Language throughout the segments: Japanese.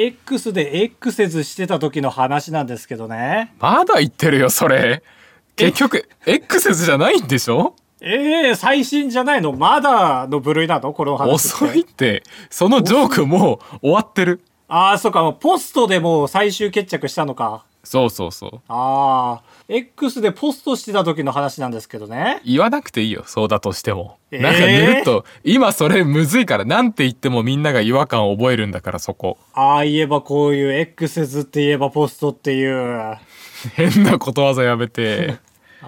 X で X せずしてた時の話なんですけどね。まだ言ってるよ、それ。結局、X じゃないんでしょええ最新じゃないのまだの部類なのこの話って。遅いって、そのジョークもう終わってる。ああ、そうか。もうポストでもう最終決着したのか。そうそうそう。ああ、X でポストしてた時の話なんですけどね。言わなくていいよ、そうだとしても。えーなんかぬるっと、今それむずいから、なんて言ってもみんなが違和感を覚えるんだから、そこ。 ああ言えばこういう、X せずって言えばポストっていう。変なことわざやめ て。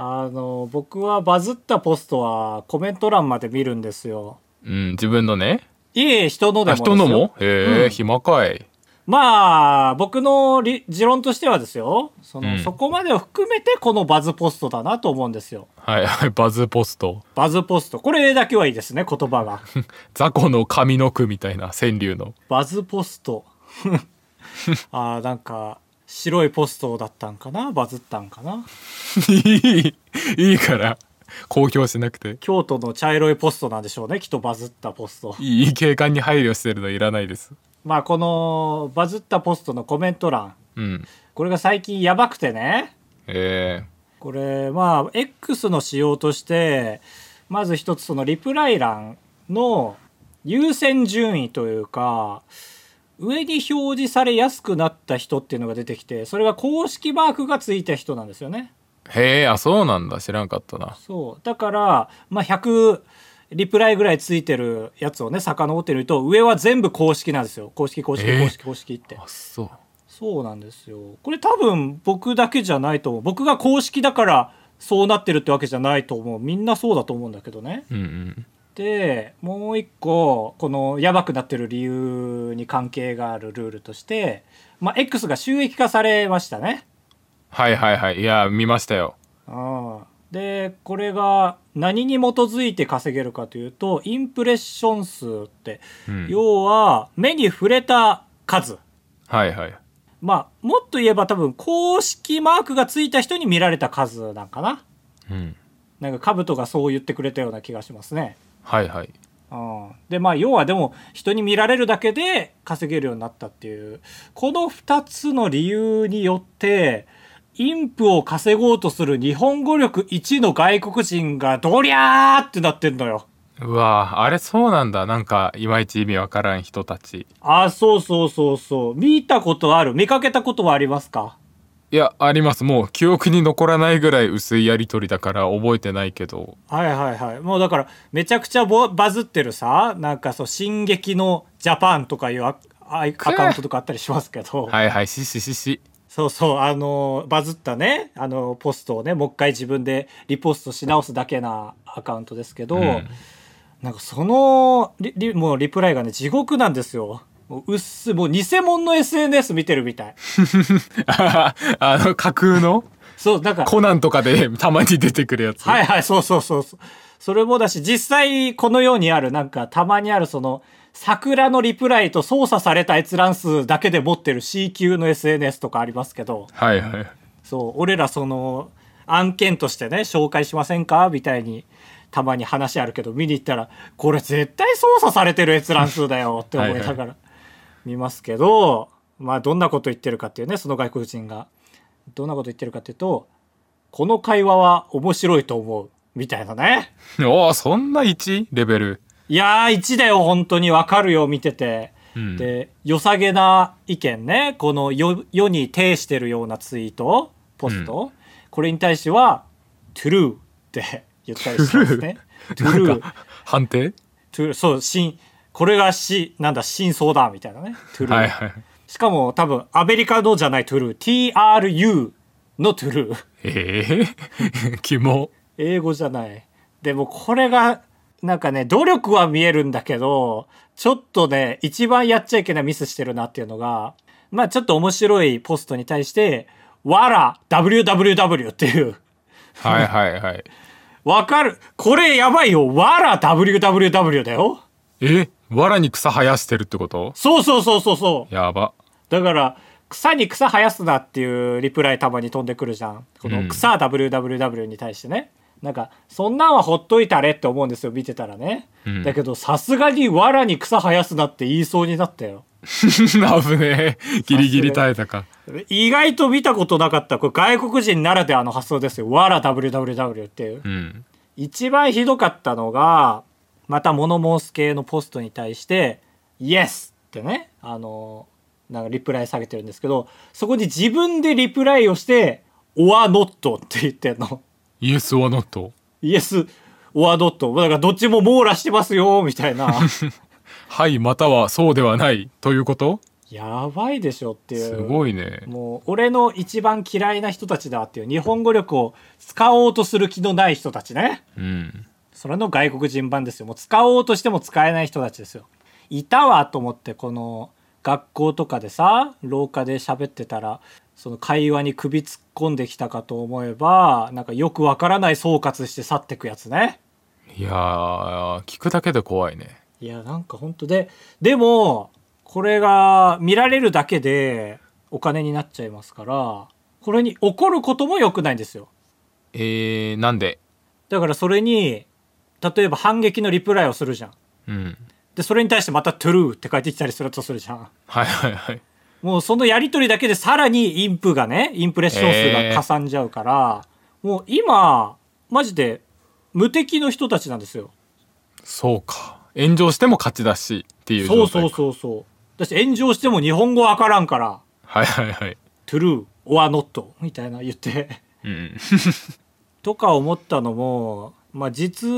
あの、僕はバズったポストはコメント欄まで見るんですよ。うん、自分のね。いえいえ、人のであもですよ人のもへえ、うん暇かい。まあ、僕のり持論としてはですよ。その、うんそこまでを含めてこのバズポストだなと思うんですよ。はいはい、バズポスト。バズポスト。これだけはいいですね、言葉 が。雑魚の上の句みたいな、川柳の。 バズポスト。 ああ、なんか、白いポストだったんかなバズったんかないい、いいから、公表しなくて。京都の茶色いポストなんでしょうね、きっとバズったポスト。いい景観に配慮してるのいらないです。まあ、このバズったポストのコメント欄。うん。これが最近やばくてね。えこれまあ X の仕様としてまず一つそのリプライ欄の優先順位というか上に表示されやすくなった人っていうのが出てきてそれが公式マークがついた人なんですよね。ー、へえ、あ、そうなんだ。知らんかったな。そうだから、まあ、100リプライぐらいついてるやつをね遡ってみると上は全部公式なんですよ公式公式えー公式公式って、あ、そう。そうなんですよこれ多分僕だけじゃないと思う僕が公式だからそうなってるってわけじゃないと思うみんなそうだと思うんだけどねうんうん。でもう一個このやばくなってる理由に関係があるルールとして、まあ、X が収益化されましたねはいはいはい。いや、見ましたよ。うんでこれが何に基づいて稼げるかというとインプレッション数って、うん要は目に触れた数はいはい。まあ、もっと言えば多分公式マークがついた人に見られた数なんかな。うん。なんか兜がそう言ってくれたような気がしますね。はいはい。うん、でまあ要はでも人に見られるだけで稼げるようになったっていうこの2つの理由によってインプを稼ごうとする日本語力1の外国人がドリャーってなってんのよ。うわあれそうなんだ。なんか、いまいち意味わからん人たち。あそうそうそうそう見たことある見かけたことはありますかいや、あります。もう記憶に残らないぐらい薄いやりとりだから覚えてないけど。はいはいはいもうだからめちゃくちゃボバズってるさなんかそう「進撃のジャパン」とかいうアアイアカウントとかあったりしますけど、はいはい、しししし。 そうそうあのバズったねあのポストをねもう一回自分でリポストし直すだけなアカウントですけど、うんなんかそのリリもうリプライがね地獄なんですよ。もううっすもう偽物の SNS 見てるみたい。ああの、架空のそうなんかコナンとかでたまに出てくるやつ。はいはい、そうそうそうそう。それもだし、実際このようにある、なんかたまにあるその、桜のリプライと操作された閲覧数だけで持ってる C 級の SNS とかありますけど、はいはい。そう、俺らその、案件としてね、紹介しませんかみたいに、たまに話あるけど、見に行ったら、これ絶対操作されてる閲覧数だよって思いなはがいら見ますけど、まあ、どんなこと言ってるかっていうね、その外国人が。どんなこと言ってるかっていうと、この会話は面白いと思う。みたいなね。 おーそんな 1? レベル。いやー、1だよ、本当にわかるよ、見てて。うんで、良さげな意見ね、この世世に呈してるようなツイート、ポスト、これに対しては、true って言ったりしてます ね。なん true, か、判定 true そう、真、これがし、なんだ、真相だ、みたいなね。true。はいはい。しかも多分、アメリカのじゃない true、tru の true。ええ キモ。英語じゃない。でもこれが、なんかね、努力は見えるんだけど、ちょっとね、一番やっちゃいけないミスしてるなっていうのが、まあちょっと面白いポストに対して、わら、www っていう、はいはいはい。わかる、これやばいよ、わら、www だよ。え藁に草生やしてるってことそうそうそうそうそう。やば。 だから、草に草生やすなっていうリプライたまに飛んでくるじゃん。こうのん草 www に対してね。なんかそんなんはほっといたれって思うんですよ見てたらね、うんだけどさすがに藁に草生やすなって言いそうになったよ危ねえギリギリ耐えたか意外と見たことなかったこれ外国人ならではの発想ですよ藁 WWW っていう、うん一番ひどかったのがまたモノモース系のポストに対して「イエス!」ってねあのなんかリプライ下げてるんですけどそこに自分でリプライをして「or not」って言ってんのイエス・オア・ノット「イエス or not」だからどっちも網羅してますよみたい なはいまたはそうではないということやばいでしょっていうすごいねもう俺の一番嫌いな人たちだっていう日本語力を使おうとする気のない人たちねうんそれの外国人版ですよもう使おうとしても使えない人たちですよいたわと思ってこの学校とかでさ廊下で喋ってたらその会話に首突っ込んできたかと思えばなんかよくわからない総括して去ってくやつねいやー聞くだけで怖いねいやなんか本当ででもこれが見られるだけでお金になっちゃいますからこれに怒ることも良くないんですよえー、なんでだからそれに例えば反撃のリプライをするじゃんうんでそれに対してまた「トゥルー」って書いてきたりするとするじゃんはいはいはいもうそのやり取りだけでさらにインプがねインプレッション数がかさんじゃうから、もう今マジで無敵の人たちなんですよそうか炎上しても勝ちだしっていうそう状態そうそうそうだし炎上しても日本語わからんからはいはいはい「トゥルー」「オアノット」みたいな言ってうんとか思ったのもまあ実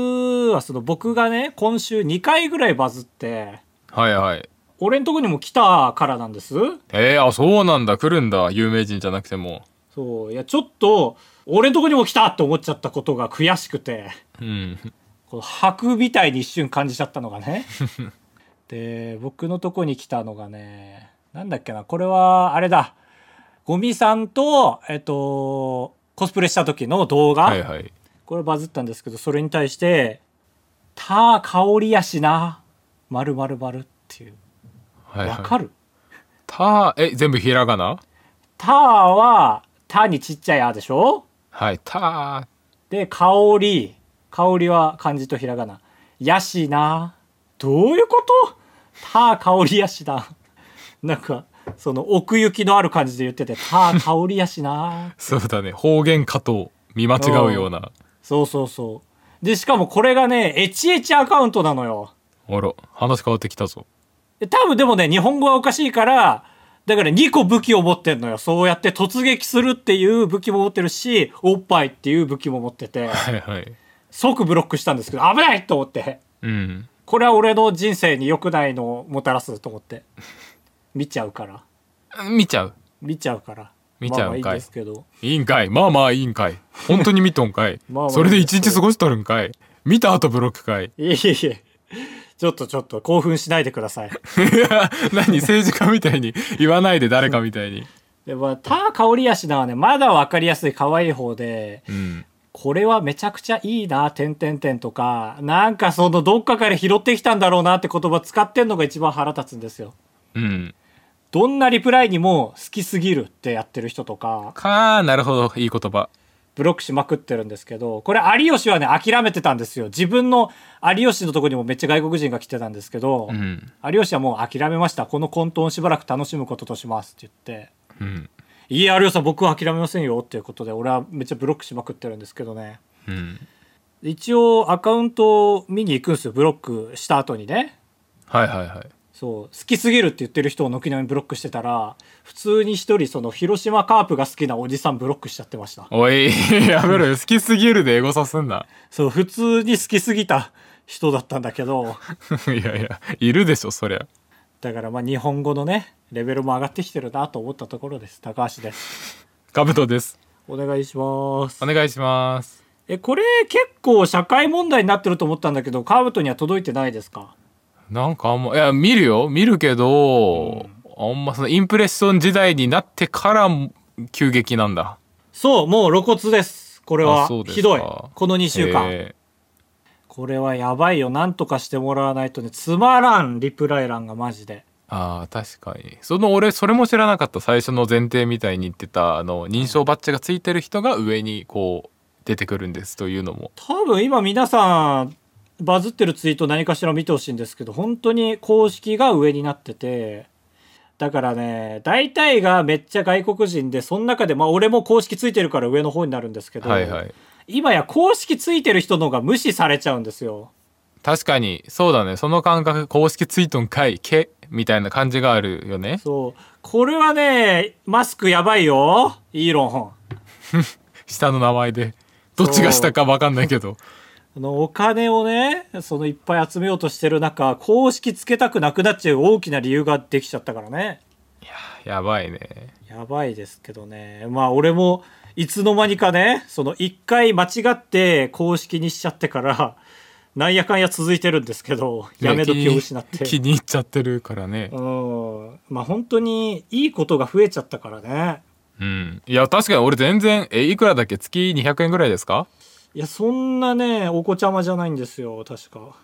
はその僕がね今週2回ぐらいバズってはいはい俺んとこにも来たからなんですえー、あそうなんだ来るんだ有名人じゃなくてもそういやちょっと俺んとこにも来たって思っちゃったことが悔しくてうんこの白みたいに一瞬感じちゃったのが ねで僕のとこに来たのがねなんだっけなこれはあれだゴミさんとえっとコスプレした時の動画、はいはいこれバズったんですけどそれに対して「たあ香りやしなまるまるまるっていうはいわはいかる、たえ全部ひらがなたあは「た」にちっちゃい「あ」でしょはいたで、香り。香りは漢字とひらがな。やしな。どういうことたあ香りやしな。 なんか、その奥行きのある感じで言ってて、たあ香りやしな。そうだね方言かと見間違うようなそうそうそう。で、しかもこれがね、エチエチアカウントなのよ。あら話変わってきたぞで多分でもね、日本語はおかしいから、だから2個武器を持ってんのよ。そうやって突撃するっていう武器も持ってるし、おっぱいっていう武器も持ってて、はいはい即ブロックしたんですけど、危ないと思って。うんこれは俺の人生に良くないのをもたらすと思って見ちゃうから見ちゃう見ちゃうから見ちゃうんまあまあかいいいですけどいいんかいまあまあいいんかい本当に見とんか いまあまあそれで一日過ごしとるんかい見た後ブロックかい いえいえいえちょっとちょっと興奮しないでくださいいや何政治家みたいに言わないで誰かみたいにでまあター香りやしなはねまだ分かりやすい可愛い方でうんこれはめちゃくちゃいいな点点点とかなんかそのどっかから拾ってきたんだろうなって言葉使ってんのが一番腹立つんですようんどんなリプライにも好きすぎるってやってる人とかかあなるほどいい言葉ブロックしまくってるんですけど、これ有吉はね、諦めてたんですよ。自分の有吉のとこにもめっちゃ外国人が来てたんですけど、うん有吉はもう諦めました。この混沌をしばらく楽しむこととしますって言って、うんいいや、有吉さん僕は諦めませんよっていうことで、俺はめっちゃブロックしまくってるんですけどね。うん一応アカウントを見に行くんですよ。ブロックした後にね。はいはいはいそう、好きすぎるって言ってる人を軒並みブロックしてたら、普通に一人その広島カープが好きなおじさんブロックしちゃってました。おい やめろよ好きすぎるでエゴさすんな そう、普通に好きすぎた人だったんだけど、いやいやいるでしょそりゃだからまあ日本語のねレベルも上がってきてるなと思ったところです高橋ですガブトですお願いしますお願いしますえこれ結構社会問題になってると思ったんだけどカブトには届いてないですかなんかあんまいや見るよ見るけど、あんまそのインプレッション時代になってから急激なんだそうもう露骨ですこれはあそうですかひどいこの2週間、えこれはやばいよなんとかしてもらわないとねつまらんリプライ欄がマジでーあー確かにその俺それも知らなかった最初の前提みたいに言ってたあの認証バッジがついてる人が上にこう出てくるんですというのも。多分今皆さんバズってるツイート何かしら見てほしいんですけど本当に公式が上になっててだからね大体がめっちゃ外国人でその中でまあ俺も公式ついてるから上の方になるんですけど、はいはい。今や公式ついてる人の方が無視されちゃうんですよ確かに、そうだね。その感覚、公式ツイートんかい、け、みたいな感じがあるよね。そうこれはねマスクやばいよイーロン下の名前で。どっちが下かわかんないけど。あのお金をねそのいっぱい集めようとしてる中公式つけたくなくなっちゃう大きな理由ができちゃったからねやばいね。やばいですけどねまあ俺もいつの間にかねその一回間違って公式にしちゃってからなんやかんや続いてるんですけどやめ時を失って、気に入っちゃってるからね。うんまあ本当にいいことが増えちゃったからねうん。いや、確かに俺全然、え、いくらだっけ月200円ぐらいですかいやそんなねお子ちゃまじゃないんですよ確か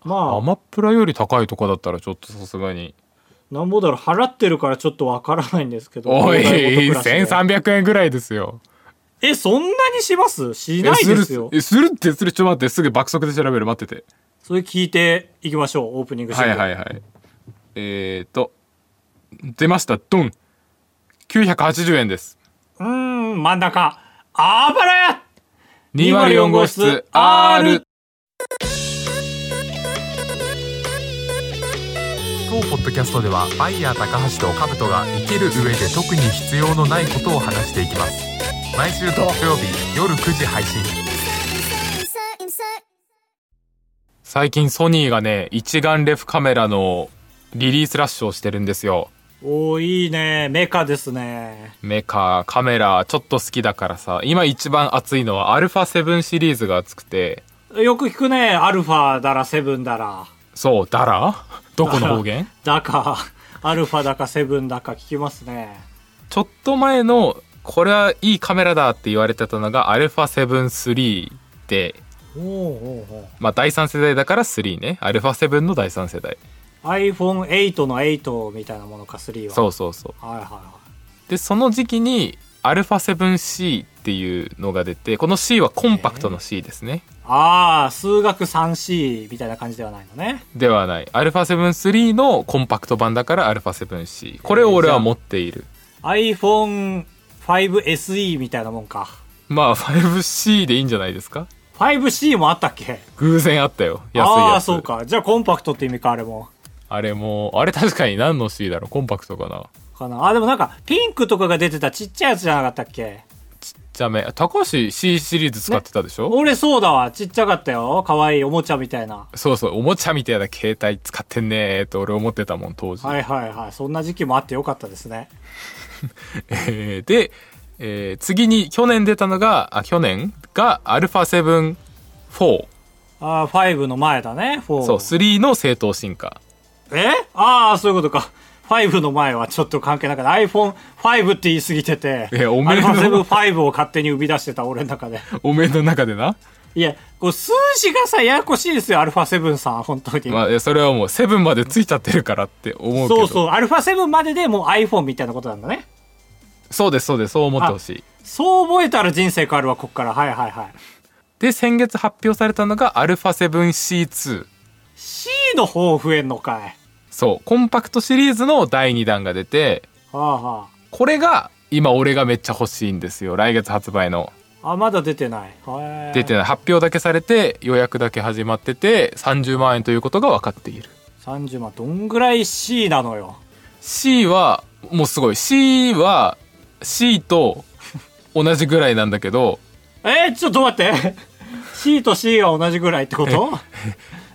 アまあマプラより高いとこだったらちょっとさすがに。なんぼだろう払ってるからちょっとわからないんですけどおい、東大元暮らしで1300円ぐらいですよ。えそんなにしますしないですよえするえするって、する、ちょっと待って、すぐ爆速で調べる、待ってて。それ聞いていきましょうオープニングシーはンいはいはい。えーと、出ました、ドン。980円です。うーん、真ん中。あばらや204号室 R。当ポッドキャストではバイヤー高橋とカブトが生きる上で特に必要のないことを話していきます毎週土曜日夜9時配信 insert, insert. 最近ソニーがね一眼レフカメラのリリースラッシュをしてるんですよおー、いいね。メカですね。メカカメラちょっと好きだからさ今一番熱いのは α7 シリーズが熱くてよく聞くね。アルファだら、セブンだら。そうダラどこの方言 だか、アルファだか、セブンだか聞きますね。ちょっと前のこれはいいカメラだって言われてたのが α7-3 でおーおーおーまあ第3世代だから3ね α7 の第3世代 iPhone8 の8みたいなものか、3は。そうそうそうはいはいはでその時期に α7C っていうのが出てこの C はコンパクトの C ですね、い。あー、数学 3C みたいな感じではないのね。ではない α7-3 のコンパクト版だから α7C これを俺は持っている iPhone5SE みたいなもんか。まあ 5C でいいんじゃないですか 5C もあったっけ偶然あったよ安いやつああー、そうか。じゃあコンパクトって意味か、あれも。あれもあれ確かに何の C だろうコンパクトかなかなあでもなんかピンクとかが出てたちっちゃいやつじゃなかったっけじゃあめ高橋 C シリーズ使ってたでしょ、俺そうだわちっちゃかったよかわいいおもちゃみたいなそうそうおもちゃみたいな携帯使ってんねーと俺思ってたもん当時、はいはいはいそんな時期もあってよかったですねえーで、えー次に去年出たのがあ去年が α7-4 ああ5の前だね4そう3の正当進化えああそういうことか5の前はちょっと関係なくて iPhone5 って言い過ぎてていやおめえの α7-5 を勝手に生み出してた俺の中でおめえの中でな、いやこう数字がさややこしいですよ α7 さん本当に、まあいや、それはもう7までついちゃってるからって思うそけどうそう α7 まででもう iPhone みたいなことなんだねそうですそうですそう思ってほしいそう覚えたら人生変わるわこっからはいはいはいで先月発表されたのが α7C2 C の方増えんのかい。そうコンパクトシリーズの第2弾が出てはあはこれが今俺がめっちゃ欲しいんですよ来月発売のあ。あ、まだ出てない。へえ出てない発表だけされて予約だけ始まってて30万円ということが分かっている30万、どんぐらい C なのよ。 C はもうすごい C は C と同じぐらいなんだけどえー、ちょっと待って。C と C は同じぐらいってこと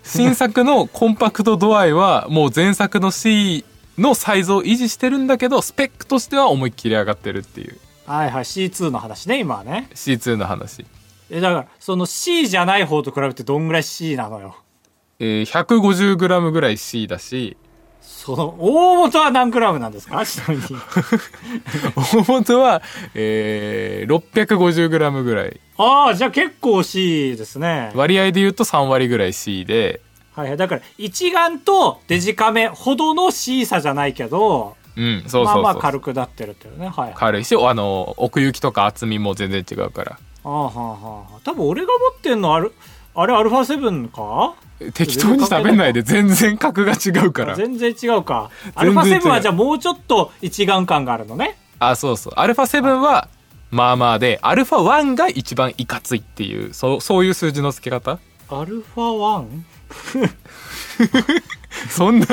新作のコンパクト度合いはもう前作の C のサイズを維持してるんだけどスペックとしては思いっきり上がってるっていうはいはい、C2 の話ね、今はね。 C2 の話、え、だから、その C じゃない方と比べてどんぐらい C なのよ。えー、150g ぐらい C だしその、大元は何グラムなんですかちなみ に。大元は、えー、650g ぐらいああ、じゃあ結構 C ですね。割合で言うと3割ぐらい C ではいはい。だから、一眼とデジカメほどの C 差じゃないけど、うんそうそうそう、まあまあ軽くなってるっていうね。はいはい。軽いしあの奥行きとか厚みも全然違うからあはあはあはあ多分俺が持ってんのあるあれアルファ7か適当に食べ ないで全然格が違うから全然違うかアル全フ然違ァう7はじゃあもうちょっと一眼感があるのねあそうそうアルファ7はまあまあでアルファ1が一番いかついっていうそうそういう数字の付け方アルファ 1? そんな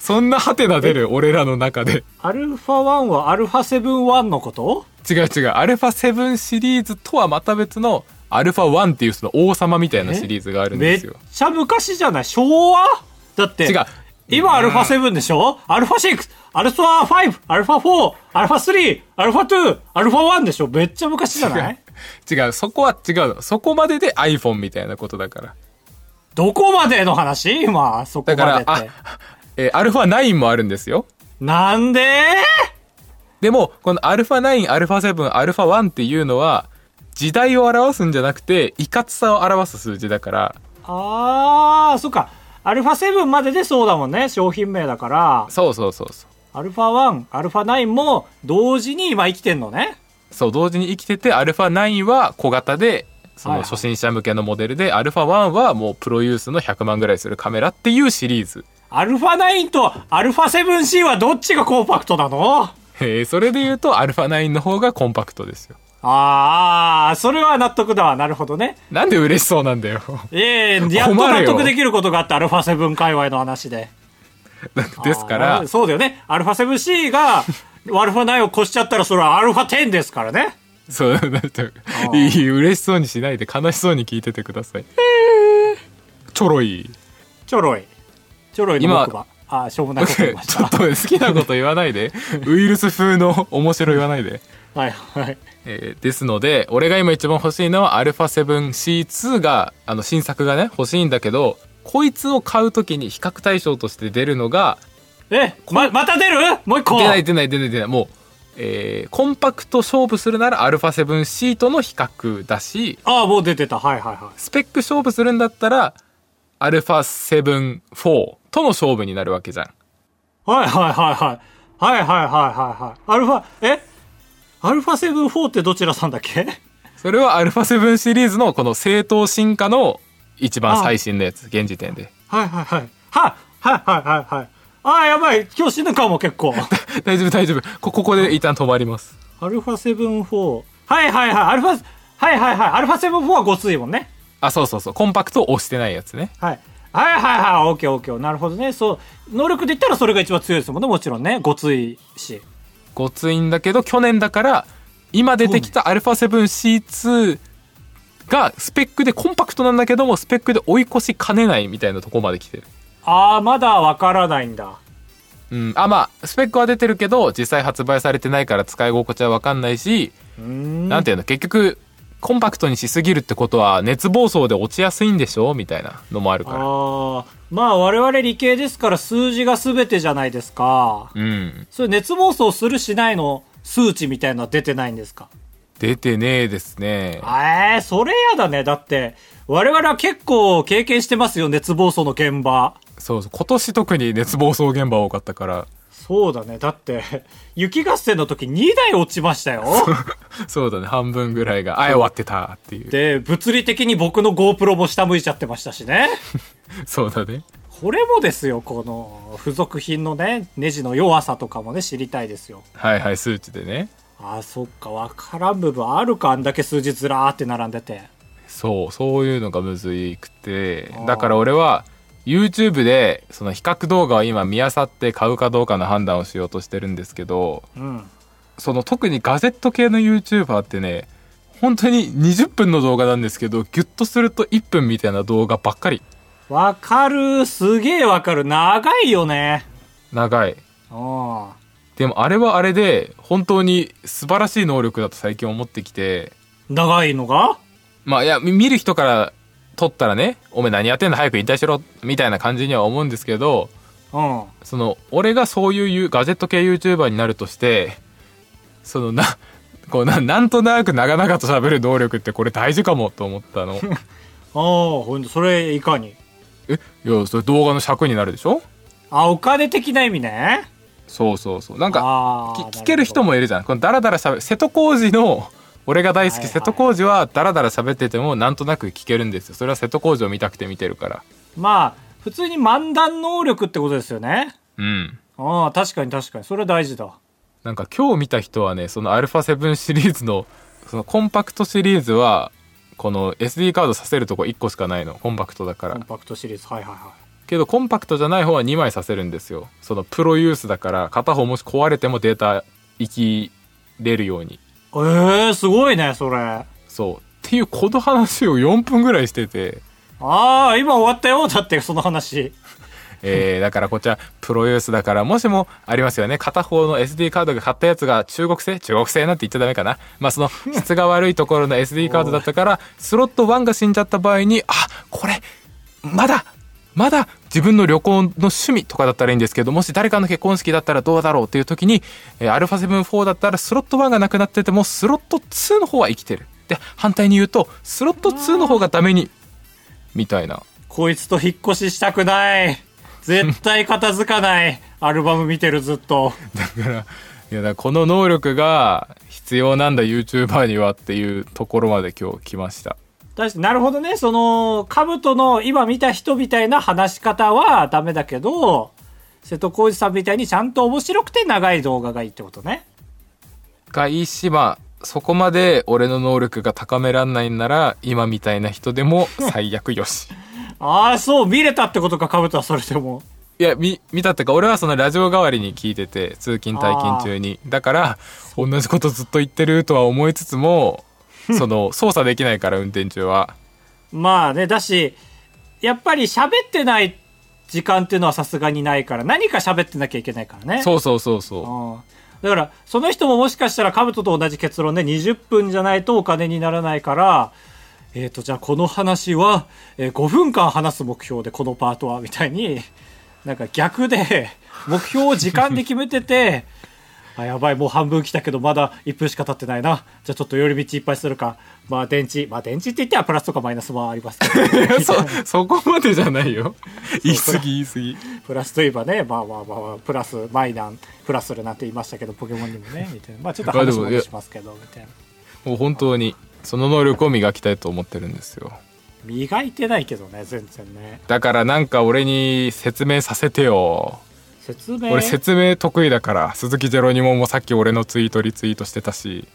そんなハテナ出る俺らの中でアルファ1はアルファ7-1のこと違う違うアルファ7シリーズとはまた別のアルファ1っていうその王様みたいなシリーズがあるんめでっすよちゃ昔じゃない昭和だって違う今アルファ7でしょアルファ6アルファ5アルファ4アルファ3アルファ2アルファ1でしょめっちゃ昔じゃない違うそこは違うのそこまでで iPhone みたいなことだからどこまでの話今そこだからまあでって、えーアルファ9もあるんですよなんででもこのアルファ9アルファ7アルファ1っていうのは時代を表すんじゃなくていかつさを表す数字だからああそっかアルファ7まででそうだもんね商品名だからそうそうそうそうアルファ1アルファ9も同時に今生きてんのねそう同時に生きててアルファ9は小型でそはいのはい初心者向けのモデルで、アルファ1はもうプロユースの100万ぐらいするカメラっていうシリーズアルファ9とアルファ 7C はどっちがコンパクトなのえーそれで言うとアルファ9の方がコンパクトですよああ、それは納得だわ。なるほどね。なんで嬉しそうなん だよええやっと困る納よ得できることがあった、アルファ7界隈の話で。ですかあらーそうだよね。アルファ 7C が、アルファ9を越しちゃったら、それはアルファ10ですからね。そうなんていうかいい嬉しそうにしないで悲しそうに聞いててくださいちょろいちょろい。ちょろいの今木馬。ああ、しょうもないこと言いまし ちたょっと。好きなこと言わな いでウイルス風の面白い言わないで、はいはい。えーですので俺が今一番欲しいのは α7C2 があの新作がね欲しいんだけどこいつを買う時に比較対象として出るのがえ、ま、また出るもう一個。出ない出ない出ない出ないもう、えーコンパクト勝負するなら α7C との比較だしああ、もう出てた。はいはいはい。スペック勝負するんだったら、アルファ7-4との勝負になるわけじゃん。はいはいはいはい。はいはいはいはいはい。アルファ、えアルファ7-4ってどちらさんだっけそれはアルファ7シリーズのこの正当進化の一番最新のやつ、現時点で。 はいはいはい。ははいはいはいはい。ああ、やばい。今日死ぬかも結 構。大丈夫大丈夫。こ、ここで一旦止まります。アルファ7-4。はいはいはい。アルファ、はいはいはい。アルファ7-4はごついもんね。あ、そうそうそう。コンパクトを押してないやつね。はい。はいはいはい。オッケーオッケー。なるほどね。そう。能力で言ったらそれが一番強いですもんね。もちろんね。ごついし。ごついんだけど、去年だから、今出てきたアルファ 7C2 がスペックでコンパクトなんだけども、スペックで追い越しかねないみたいなとこまで来てる。ああ、まだわからないんだ。うん、あまあスペックは出てるけど実際発売されてないから使い心地は分かんないし、うーん。なんていうの結局コンパクトにしすぎるってことは熱暴走で落ちやすいんでしょみたいなのもあるからああ。まあ我々理系ですから数字が全てじゃないですか。うんそれ熱暴走するしないの数値みたいのは出てないんですか出てねえですねええそれやだね。だって、我々は結構経験してますよ、熱暴走の現場。そうそう今年特に熱暴走現場多かったからそうだね。だって、 雪合戦の時2台落ちましたよ。そうだね半分ぐらいがあ終わってたっていうで、物理的に僕の GoPro も下向いちゃってましたしね。そうだねこれもですよ、この付属品のね、ネジの弱さとかもね、知りたいですよ。はいはい数値でねあ、そっか、わからん部分あるか、あんだけ数字ずらーって並んでて。そうそういうのがむずいくてあーだから俺は YouTube でその比較動画を今見あさって買うかどうかの判断をしようとしてるんですけどうん。その特にガジェット系の YouTuber ってね本当に20分の動画なんですけどギュッとすると1分みたいな動画ばっかりわかる、すげえわかる。長いよね。長いうん。でもあれはあれで本当に素晴らしい能力だと最近思ってきて長いのがまあいやみ見る人から撮ったらねおめえ何やってんの早く引退しろみたいな感じには思うんですけどうん。その俺がそういうゆガジェット系 YouTuber になるとしてそのなこうななんとなく長々と喋る能力ってこれ大事かもと思った のああ、ほんと、それいかに。えいやそれ動画の尺になるでしょあ、お金的な意味ね。そうそうそうなんかあーなるほきど聞ける人もいるじゃんこのダラダラしゃべ瀬戸康史の俺が大好き瀬戸康史はダラダラ喋っててもなんとなく聞けるんですよそれは瀬戸康史を見たくて見てるからまあ普通に漫談能力ってことですよねうんああ確かに確かにそれは大事だなんか今日見た人はねその α7 シリーズのそのコンパクトシリーズはこの SD カードさせるとこ1個しかないのコンパクトだかコンらパクトシリーズはいはいはけどコンパクトじゃない方は2枚させるんですよそのプロユースだから片方もし壊れてもデータ生きれるようにいえー、すごいねそれあそうっていうこの話を4分ぐらいしててあ今終わったよだってその話えーだからこっちはプロユースだからもしもありますよね片方の SD カードが買ったやつが中国製中国製なんて言っちゃダメかなまあその質が悪いところの SD カードだったからスロット1が死んじゃった場合にあこれまだまだ自分の旅行の趣味とかだったらいいんですけどもし誰かの結婚式だったらどうだろうっていう時に、えー、α7-4 だったらスロット1がなくなっててもスロット2の方は生きてるで反対に言うとスロット2の方がダメにみたいなこいつと引っ越ししたくない絶対片付か ないアルバム見てるずっとだからいやだからこの能力が必要なんだ YouTuber にはっていうところまで今日来ました確かになるほどねその兜の今見た人みたいな話し方はダメだけど瀬戸康史さんみたいにちゃんと面白くて長い動画がいいってことねがいいしまあそこまで俺の能力が高めらんないんなら今みたいな人でも 最悪よしああそう見れたってことか兜はそれでもいや見見たってか俺はそのラジオ代わりに聞いてて通勤退勤中にだから同じことずっと言ってるとは思いつつ もその操作できないから運転中はまあねだしやっぱり喋ってない時間っていうのはさすがにないから何か喋ってなきゃいけないからねそうそうそうそううんだからその人ももしかしたら兜と同じ結論で20分じゃないとお金にならないからえっ、とじゃあこの話は、えー5分間話す目標でこのパートはみたいになんか逆で目標を時間で決めててあやばいもう半分来たけどまだ1分しか経ってないなじゃあちょっと寄り道いっぱいするかまあ電池まあ電池って言ってはプラスとかマイナスもありますけど そそこまでじゃないよ言い過ぎ言い過ぎプラスといえばね、まあまあまあまあ、プラス、マイナン、プラスるなんて言いましたけど、ポケモンにも ね、みたいな。まあちょっとまあで話ももしますけど、みたいな。もう本当にその能力を磨きたいと思ってるんですよ磨いてないけどね、全然ね。だからなんか俺に説明させてよ説明、俺説明得意だから鈴木ジェロニモもさっき俺のツイートリツイートしてたし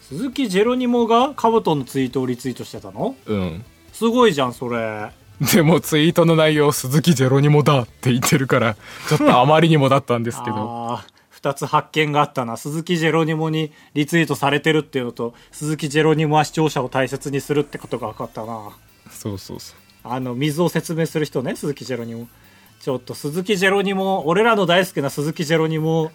鈴木ジェロニモがカブトのツイートをリツイートしてたのうんすごいじゃん、それ。でもツイートの内容鈴木ジェロニモだって言ってるからちょっとあまりにもだったんですけど ああ、二つ発見があったな。鈴木ジェロニモにリツイートされてるっていうのと、鈴木ジェロニモは視聴者を大切にするってことが分かったな。そうそうそうあの水を説明する人ね鈴木ジェロニモちょっと鈴木ジェロニモ俺らの大好きな鈴木ジェロニ モ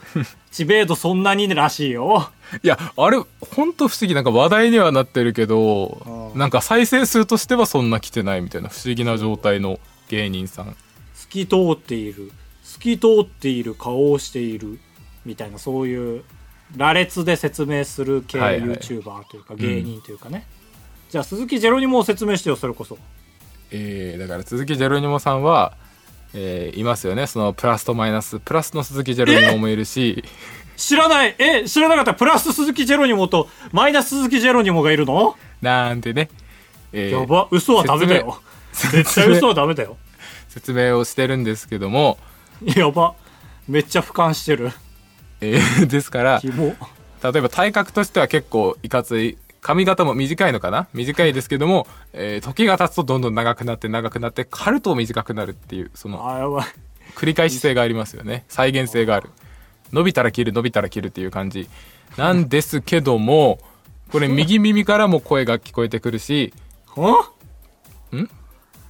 知名度そんなにらしいよいやあれほんと不思議なんか話題にはなってるけどうんなんか再生数としてはそんな来てないみたいな不思議な状態の芸人さん透き通っている透き通っている顔をしているみたいなそういう羅列で説明する系はいはい YouTuber というか芸人というかね、じゃあ鈴木ジェロニモを説明してよそれこそえーだから鈴木ジェロニモさんは、えーいますよねそのプラスとマイナスプラスの鈴木ジェロニモもいるし 知らないえ知らなかったプラス鈴木ジェロニモとマイナス鈴木ジェロニモがいるの、なんてね、えーやば嘘はダメだよ絶対嘘はダメだよ説明をしてるんですけども、 やばめっちゃ俯瞰してるえーですからキモ例えば体格としては結構いかつい髪型も短いのかな短いですけども、えー時が経つとどんどん長くなって長くなって刈ると短くなるっていうそのあやばい繰り返し性がありますよね再現性がある伸びたら切る伸びたら切るっていう感じなんですけどもこれ右耳からも声が聞こえてくるしは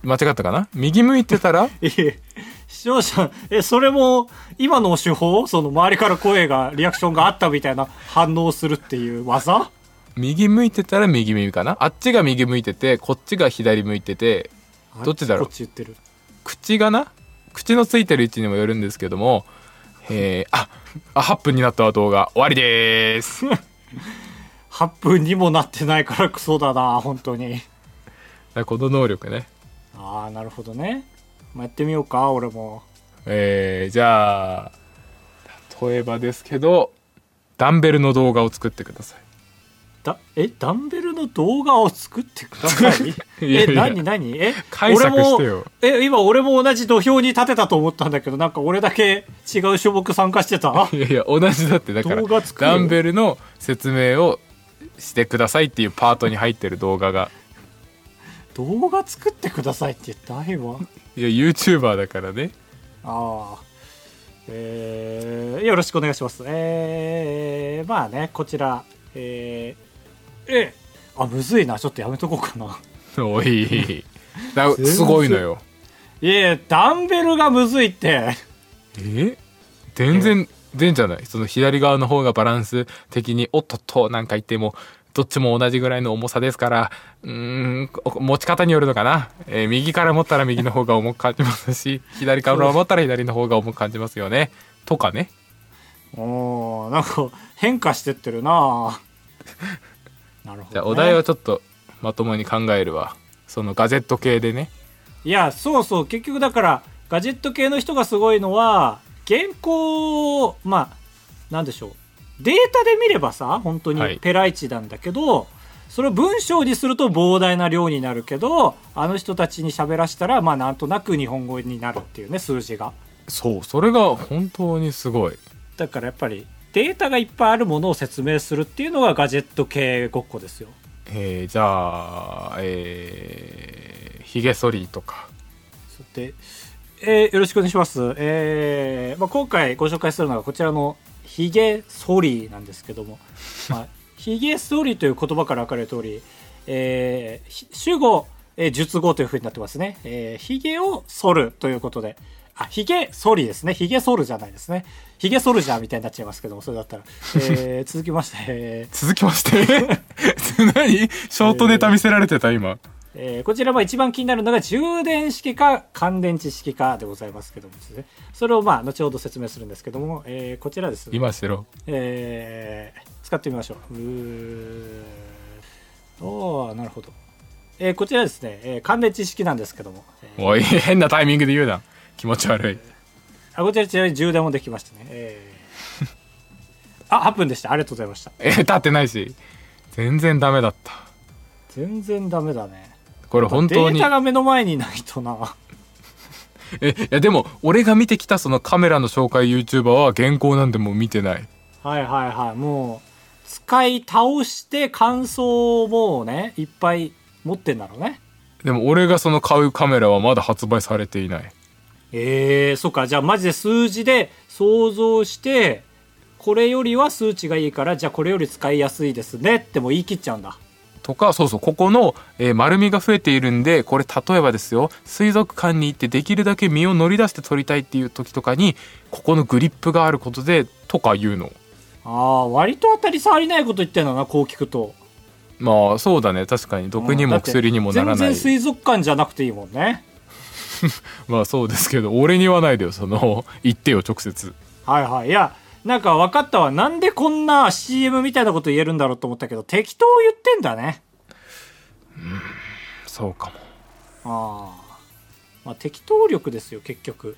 間違ったかな右向いてたらいえ視聴者えそれも今の手法その周りから声がリアクションがあったみたいな反応するっていう技右向いてたら右耳かなあっちが右向いててこっちが左向いててどっちだろうこっち言ってる口がな口のついてる位置にもよるんですけどもえー、ああ8分になったわ動画終わりでーす だか8分にもなってないからクソだな本当にらこの能力ねああなるほどね、まあ、やってみようか俺もえー、じゃあ例えばですけどダンベルの動画を作ってください だえダンベルの動画を作ってください いやいやえ何何え解釈して俺よもえ今俺も同じ土俵に立てたと思ったんだけどなんか俺だけ違う種目参加してた あいやいや同じだってだから動画作るダンベルの説明をしてくださいっていうパートに入ってる動画が動画作ってくださいって誰はいや YouTuber だからねああえーよろしくお願いしますえー、まあねこちらえー、えーあむずいなちょっとやめとこうかなおい だ然すごいのよいやいやダンベルがむずいってえ全然全じゃないその左側の方がバランス的におっとっとなんか言ってもどっちも同じぐらいの重さですからうーんこ持ち方によるのかな、えー右から持ったら右の方が重く感じます し左から持ったら左の方が重く感じますよねとかねおーなんか変化してってるな なるほど、ね、じゃあお題をちょっとまともに考えるわそのガジェット系でねいやそうそう結局だからガジェット系の人がすごいのは原稿をまあなんでしょうデータで見ればさ本当はにいペライチなんだけど、それを文章にすると膨大な量になるけどあの人たちに喋らせたらまあなんとなく日本語になるっていうね数字がそうそれが本当にすごいだからやっぱりデータがいっぱいあるものを説明するっていうのがガジェット系ごっこですよえーじゃあえー、ヒゲ剃りとかで、えーよろしくお願いします。えーまあ、今回ご紹介するのがこちらのヒゲソリーなんですけども、まあ、ヒゲソリーという言葉から分かる通り、えーひ主語、えー述語というふうになってますね。えー、ヒゲを剃るということで、あ、ヒゲ剃りですね。ヒゲ剃るじゃないですね。ヒゲソルジャーみたいになっちゃいますけども、それだったら。えー続きまして、えー続きまして 何ショートネタ見せられてた今、えーこちらは一番気になるのが充電式か乾電池式かでございますけどもですね。それをまあ、後ほど説明するんですけども、えーこちらですね。今しろえー使ってみましょう。うーおーなるほど。えーこちらですね、えー乾電池式なんですけども、えーおい変なタイミングで言うな気持ち悪いあこちらちなみに充電もできましたね。えー あ、8分でした。ありがとうございました。えー立ってないし全然ダメだった全然ダメだね。これ本デ当ーにタが目の前にないとな。えいやでも俺が見てきたそのカメラの紹介 YouTuber は原稿なんてもう見てないはいはいはい。もう、使い倒して感想をもうね、いっぱい持ってんだろうね。でも俺がその買うカメラはまだ発売されていないえー、そっか。じゃあマジで数字で想像して、これよりは数値がいいから、じゃあこれより使いやすいですねってもう言い切っちゃうんだ。とかそうそうここの、えー丸みが増えているんでこれ例えばですよ水族館に行ってできるだけ身を乗り出して撮りたいっていう時とかにここのグリップがあることでとか言うのああ、割と当たり障りないこと言ってんだな、こう聞くと。まあそうだね確かに毒にうもん薬にもならだなって全い然水族館じゃなくていいもんね。まあそうですけど俺に言わないでよその言ってよ直接はいはい。いや、なんか分かったわ。なんでこんな CM みたいなこと言えるんだろうと思ったけど、適当言ってんだね。そうかもああまあ適当力ですよ結局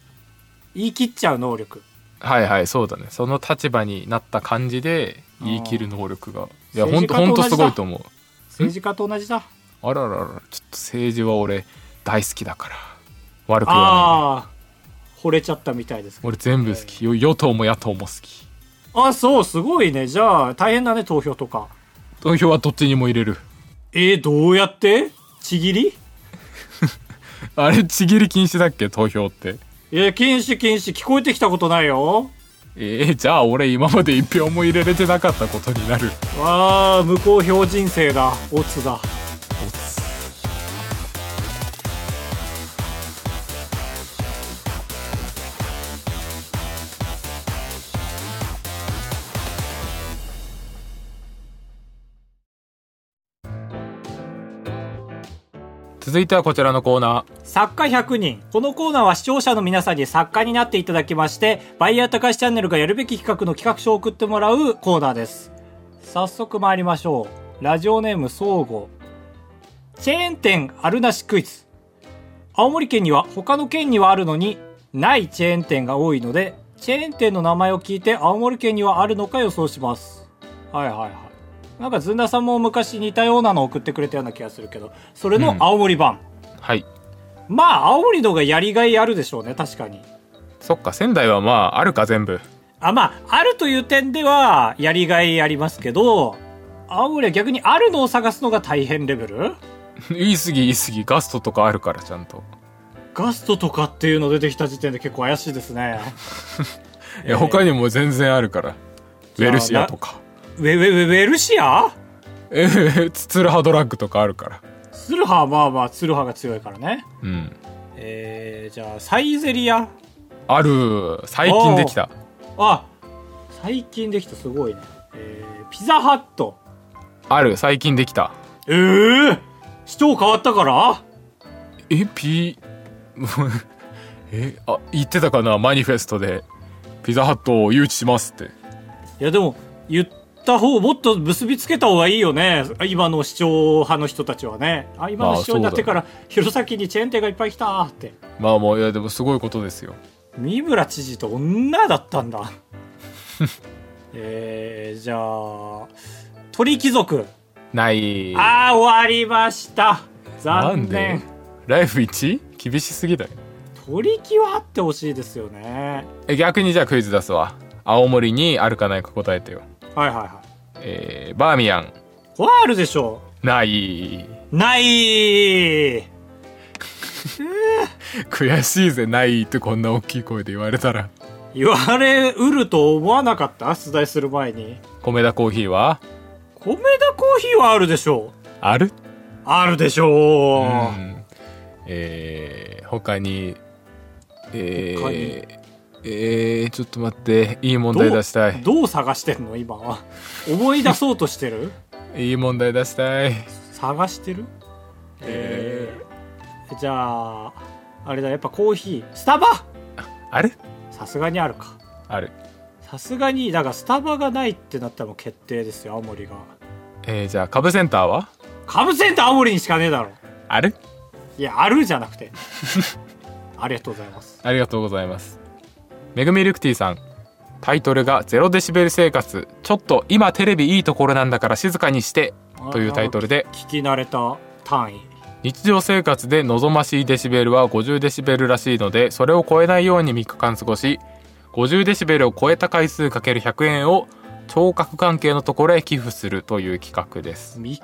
言い切っちゃう能力はいはいそうだねその立場になった感じで言い切る能力がいやほんと政治家と同じだほんとすごいと思う政治家と同じだあららららちょっと政治は俺大好きだから悪くはないねああ惚れちゃったみたいですけど俺全部好きよ与党も野党も好きあそうすごいねじゃあ大変だね投票とか投票はどっちにも入れるえー、どうやってちぎりあれちぎり禁止だっけ投票ってえー、禁止禁止聞こえてきたことないよえー、じゃあ俺今まで一票も入れれてなかったことになるわあ無公表人生だオツだ続いてはこちらのコーナー作家100人。このコーナーは視聴者の皆さんに作家になっていただきまして、バイヤー高橋チャンネルがやるべき企画の企画書を送ってもらうコーナーです。早速参りましょう。ラジオネーム総合。チェーン店あるなしクイズ。青森県には他の県にはあるのにないチェーン店が多いので、チェーン店の名前を聞いて青森県にはあるのか予想します。はいはいはい。なんかずんださんも昔似たようなの送ってくれたような気がするけどそれの青森版、はいまあ青森の方がやりがいあるでしょうね確かにそっか仙台はまああるか全部 あまああるという点ではやりがいありますけど青森は逆にあるのを探すのが大変レベル言い過ぎ言い過ぎガストとかあるからちゃんとガストとかっていうの出てきた時点で結構怪しいですねいや他にも全然あるからウじゃあェルシアとか ウェウェウェウェルシアえーツツルハドラッグとかあるからツルハはまあまあツルハが強いからねうんえー、じゃあサイゼリアある最近できたあ最近できたすごいね、えー、ピザハットある最近できたええー、市長変わったからえピ えあ言ってたかなマニフェストでピザハットを誘致しますっていやでも言った方もっと結びつけた方がいいよね今の市長派の人たちはねあ今の市長になってから弘前にチェーン店がいっぱい来たーってまあもういやでもすごいことですよ三村知事と女だったん だえー、じゃあ鳥貴族ないあー終わりました残なん念でライフ 1? 厳しすぎだよ鳥貴はあってほしいですよねえ逆にじゃあクイズ出すわ青森にあるかないか答えてよはいはいはえー、バーミヤンいこれはあるでしょない うない悔しいぜないってこんな大きい声で言われたら言われうると思わなかった出題する前に米田コーヒーは米田コーヒーはあるでしょうあるあるでしょう、うんえー、他にえー他にえー、ちょっと待っていい問題出したいどう探してんの今は思い出そうとして るいい問題出したい探してるえー、じゃああれだやっぱコーヒースタバあるさすがにあるかあるさすがにだからスタバがないってなったらもう決定ですよ青森がえー、じゃあ株センターはカブセンター青森にしかねえだろあるいやあるじゃなく てありがとうございますありがとうございます。めぐみルクティさん。タイトルがゼロデシベル生活。ちょっと今テレビいいところなんだから静かにして。というタイトルで、聞き慣れた単位日常生活で望ましいデシベルは50デシベルらしいので、それを超えないように3日間過ごし、50デシベルを超えた回数かける100円を聴覚関係のところへ寄付するという企画です。 3日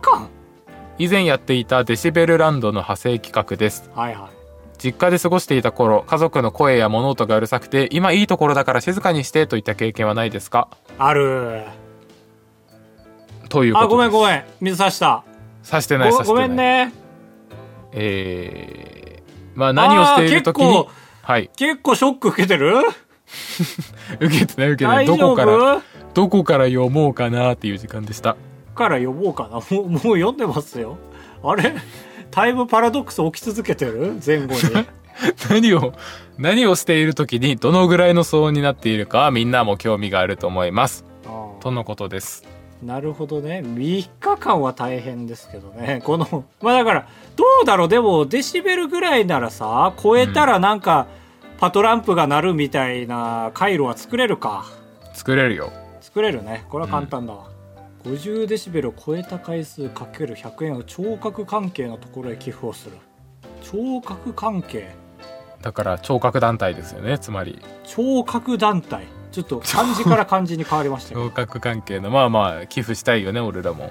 間以前やっていたデシベルランドの派生企画です。はいはい実家で過ごしていた頃家族の声や物音がうるさくて今いいところだから静かにしてといった経験はないですかあるということあごめんごんめん水差したさしてないごさしてごなめいんねえー、まあ何をしている時あーに結構はい結構ショック受けてる受けてない受けてな大いど丈こから夫どこから読もうかなっていう時間でした から読もうかな もうもう読んでますよあれタイムパラドックス起き続けてる前後 に何を何をしている時にどのぐらいの騒音になっているかはみんなも興味があると思いますあとあのことですなるほどね3日間は大変ですけどねこのまあだからどうだろうでもデシベルぐらいならさ超えたらなんか、パトランプが鳴るみたいな回路は作れるか作れるよ作れるねこれは簡単だわ、50デシベルを超えた回数かける100円を聴覚関係のところへ寄付をする聴覚関係だから聴覚団体ですよねつまり聴覚団体ちょっと漢字から漢字に変わりましたよ聴覚関係のまあまあ寄付したいよね俺らも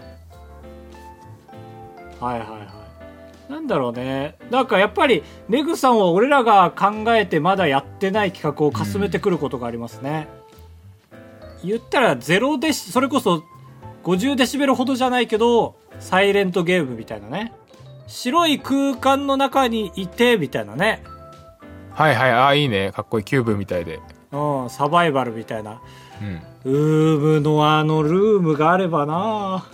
はいはいはいなんだろうねなんかやっぱりメグさんは俺らが考えてまだやってない企画をかすめてくることがありますね、言ったらゼロデシそれこそ50デシベルほどじゃないけどサイレントゲームみたいなね白い空間の中にいてみたいなねはいはいああいいねかっこいいキューブみたいでうんサバイバルみたいなうんウームのあのルームがあれば な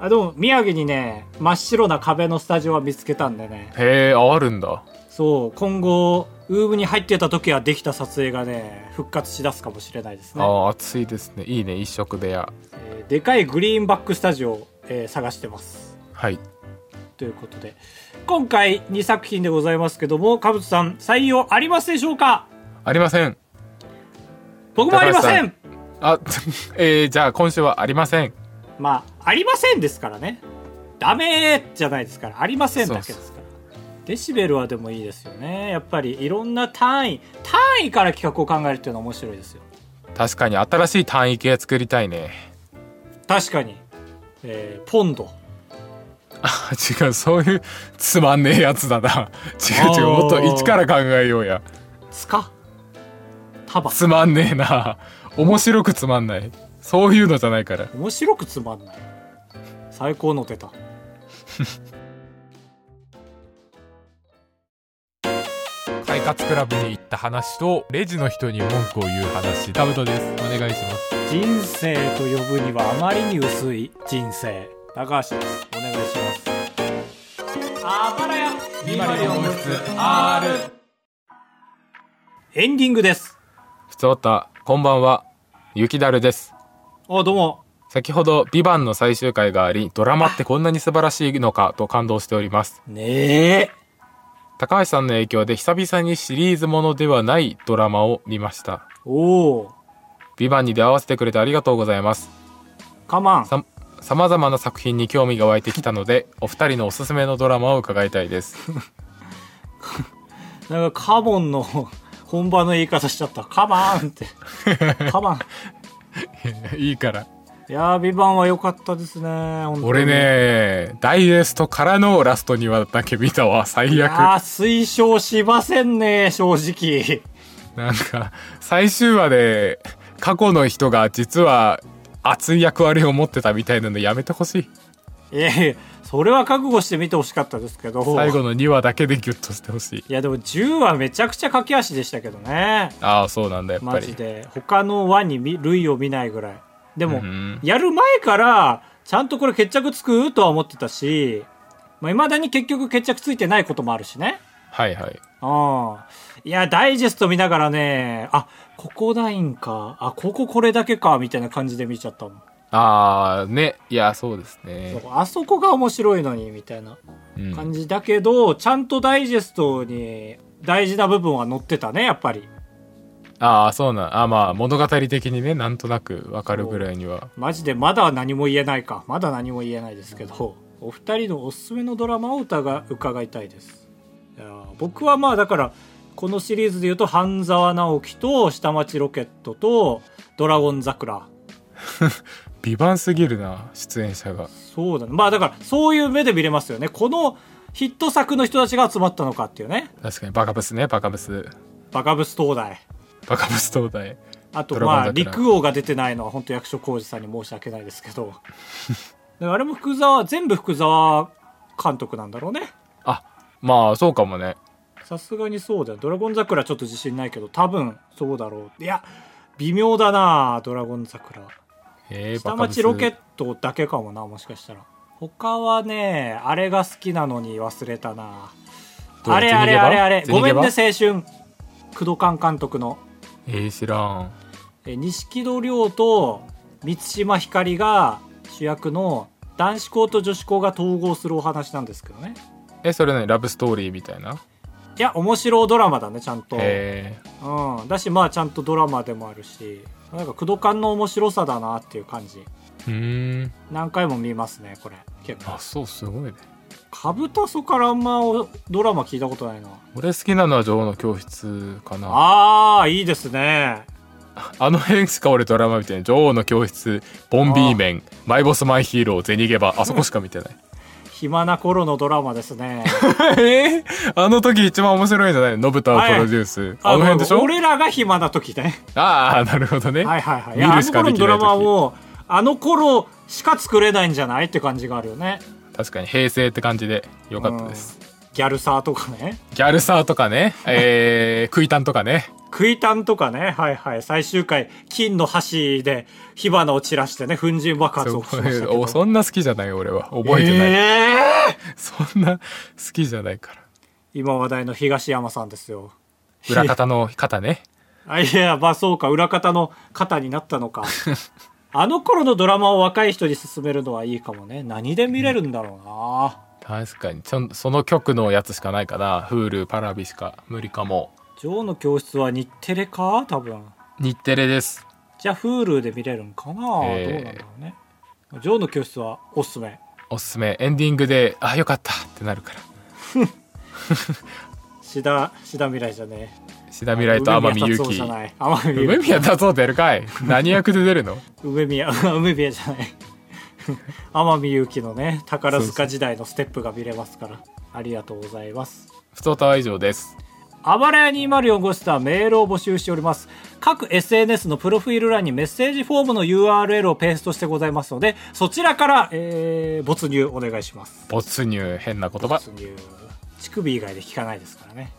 ああでも宮城にね真っ白な壁のスタジオは見つけたんでねへえあるんだそう今後ウームに入ってた時はできた撮影がね復活しだすかもしれないですね、ああ暑いですねいいね一色部屋えーでかいグリーンバックスタジオを、えー探してますはいということで今回2作品でございますけどもかぶつさん採用ありますでしょうかありません僕もありませんあ、 えーじゃあ今週はありません。まあありませんですからねダメーじゃないですからありませんだけですからデシベルはでもいいですよねやっぱりいろんな単位単位から企画を考えるっていうのは面白いですよ確かに新しい単位系作りたいね。確かに、えーポンドあ、 違う、そういうつまんねえやつだな。 違う違う、あーもっと一から考えようや。つか束つまんねえな。 面白くつまんない。そういうのじゃないから。面白くつまんない最高の出た快活クラブに行った話と、レジの人に文句を言う話。タブトです。お願いします。人生と呼ぶにはあまりに薄い人生高橋ですお願いしますあばらやエンディングですふつおた、こんばんは。ゆきだるです。あどうも先ほど、ビバンの最終回があり、ドラマってこんなに素晴らしいのかと感動しております。ねえ高橋さんの影響で久々にシリーズものではないドラマを見ました。おおビバンに出会わせてくれてありがとうございます。カマンさ、様々な作品に興味が湧いてきたので、お二人のおすすめのドラマを伺いたいです。なんかカモンの 本場の言い方しちゃったカマンって カマンいいから。 いやービバンは良かったですね本当に俺ね、ダイエストからのラストにはだけ見たわ、最悪。あー推奨しませんね正直 なんか、最終話で、過去の人が実は熱い役割を持ってたみたいなのやめてほしい。いやいやそれは覚悟して見てほしかったですけど最後の2話だけでギュッとしてほしい。いやでも10はめちゃくちゃ駆け足でしたけどねああ、そうなんだ、やっぱマり。ジで他の輪に見類を見ないぐらいでも、うんやる前からちゃんとこれ決着つくとは思ってたしまあ、未だに結局決着ついてないこともあるしねはいはい。うんいやダイジェスト見ながらねあここないんかあこここれだけかみたいな感じで見ちゃったもんああ、ね。いや、そうですね。あそこが面白いのにみたいなうん感じだけど、ちゃんとダイジェストに大事な部分は載ってたねやっぱりああ、そうなん。あーまあ、物語的にね、なんとなくわかるぐらいには。マジでまだ何も言えないかまだ何も言えないですけどお二人のおすすめのドラマを伺伺いたいですいやー僕はまあだからこのシリーズで言うと半沢直樹と下町ロケットとドラゴン桜美版すぎるな、出演者が。そうだねまあだからそういう目で見れますよねこのヒット作の人たちが集まったのかっていうね確かに、バカブスね、バカブス。バカブス東大バカブス東大。あとドラゴンまあ桜陸王が出てないのは本当役所広司さんに申し訳ないですけどだからあれも福沢全部福沢監督なんだろうねあ、まあ、そうかもね。さすがにそうだよドラゴン桜ちょっと自信ないけど多分そうだろういや微妙だなドラゴン桜えー、下バカブ町スロケットだけかもなもしかしたら他はねあれが好きなのに忘れたなどうあれあれ銭ゲバあれあれ銭ゲバごめんね青春工藤官監督のえー、知らん。えー錦戸亮と満島ひかりが主役の男子校と女子校が統合するお話なんですけどねえ、それね、ラブストーリーみたいな。いや面白ドラマだねちゃんと、えー、うん、だしまあちゃんとドラマでもあるしなんか工藤館の面白さだなっていう感じうーん。何回も見ますねこれ結構あ、そう、すごいね。カブタソからあんまおドラマ聞いたことないな俺好きなのは女王の教室かな。あーいいですねあの辺しか俺ドラマ見てない。女王の教室、ボンビーメン、マイボスマイヒーロー、ゼニゲバ、あそこしか見てない。暇な頃のドラマですねえーあの時一番面白いんじゃないのぶたをプロデュース。 あの辺でしょ俺らが暇な時ねああ、なるほどね。はいはいはい。い見や、あるしのか頃でのきなドい時ラマも、あの頃しか作れないんじゃないって感じがあるよね。確かに平成って感じでよかったです。ギャルサーとかね。ギャルサーとかね、えー、クイタンとかね。クイタンとかね。はいはい。最終回、金の箸で火花を散らしてね、粉塵爆発そをう起こしましたけおど。そんな好きじゃない俺は。覚えてない。えーそんな好きじゃないから。今話題の東山さんですよ。裏方の方ね。あ、いや、まあそうか。裏方の方になったの か。あの頃のドラマを若い人に勧めるのはいいかもね。何で見れるんだろうな。確かにちょん。その曲のやつしかないかな。Hulu、パラビしか無理かも。ジョーの教室は日テレか多分。日テレです。じゃあ Hulu で見れるんかなどうへーなんだろうねジョーの教室はおすすめおすすめエンディングであよかったってなるから志田志田未来じゃね志田未来と天海梅宮達祐夫じ希ゃない天海 梅祐希宮達夫出 るかい何役で出るの梅宮 梅宮じゃない天海祐希のね宝塚時代のステップが見れますからありがとうございますふとたは以上ですあばらや204号室ではメールを募集しております。各 SNS のプロフィール欄にメッセージフォームの URL をペーストしてございますので、そちらから、えー、没入お願いします。没入変な言葉没入。乳首以外で聞かないですからね。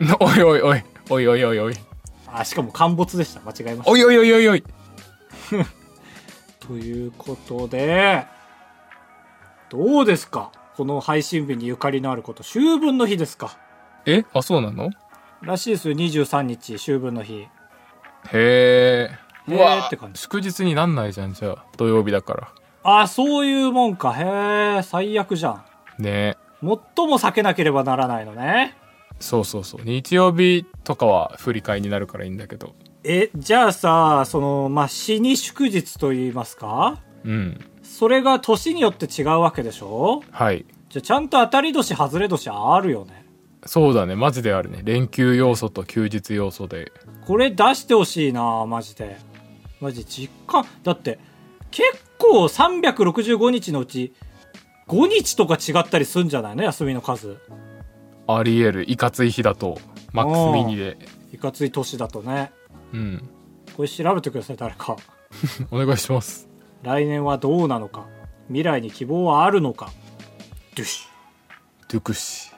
えおいおいおいおいおいおいおいーあ、しかも陥没でした。間違えましおいおいおいおいおいた。ということで、どうですかこの配信日にゆかりのあること、秋分の日ですかえあそうなのらしいですよ、23日、秋分の日。へえへーうわって感じ祝日になんないじゃんじゃあ土曜日だからあ、そういうもんか。へえ、最悪じゃん。ね最も避けなければならないのねそうそうそう日曜日とかは振り替えになるからいいんだけどえじゃあさそのまあ死に祝日といいますかうんそれが年によって違うわけでしょはいじゃあちゃんと当たり年外れ年あるよねそうだねマジであるね連休要素と休日要素でこれ出してほしいなマジでマジ実家だって結構365日のうち5日とか違ったりすんじゃないの休みの数ありえるいかつい日だとマックスミニでいかつい年だとねうんこれ調べてください誰かお願いします来年はどうなのか未来に希望はあるのかドゥシドゥクシ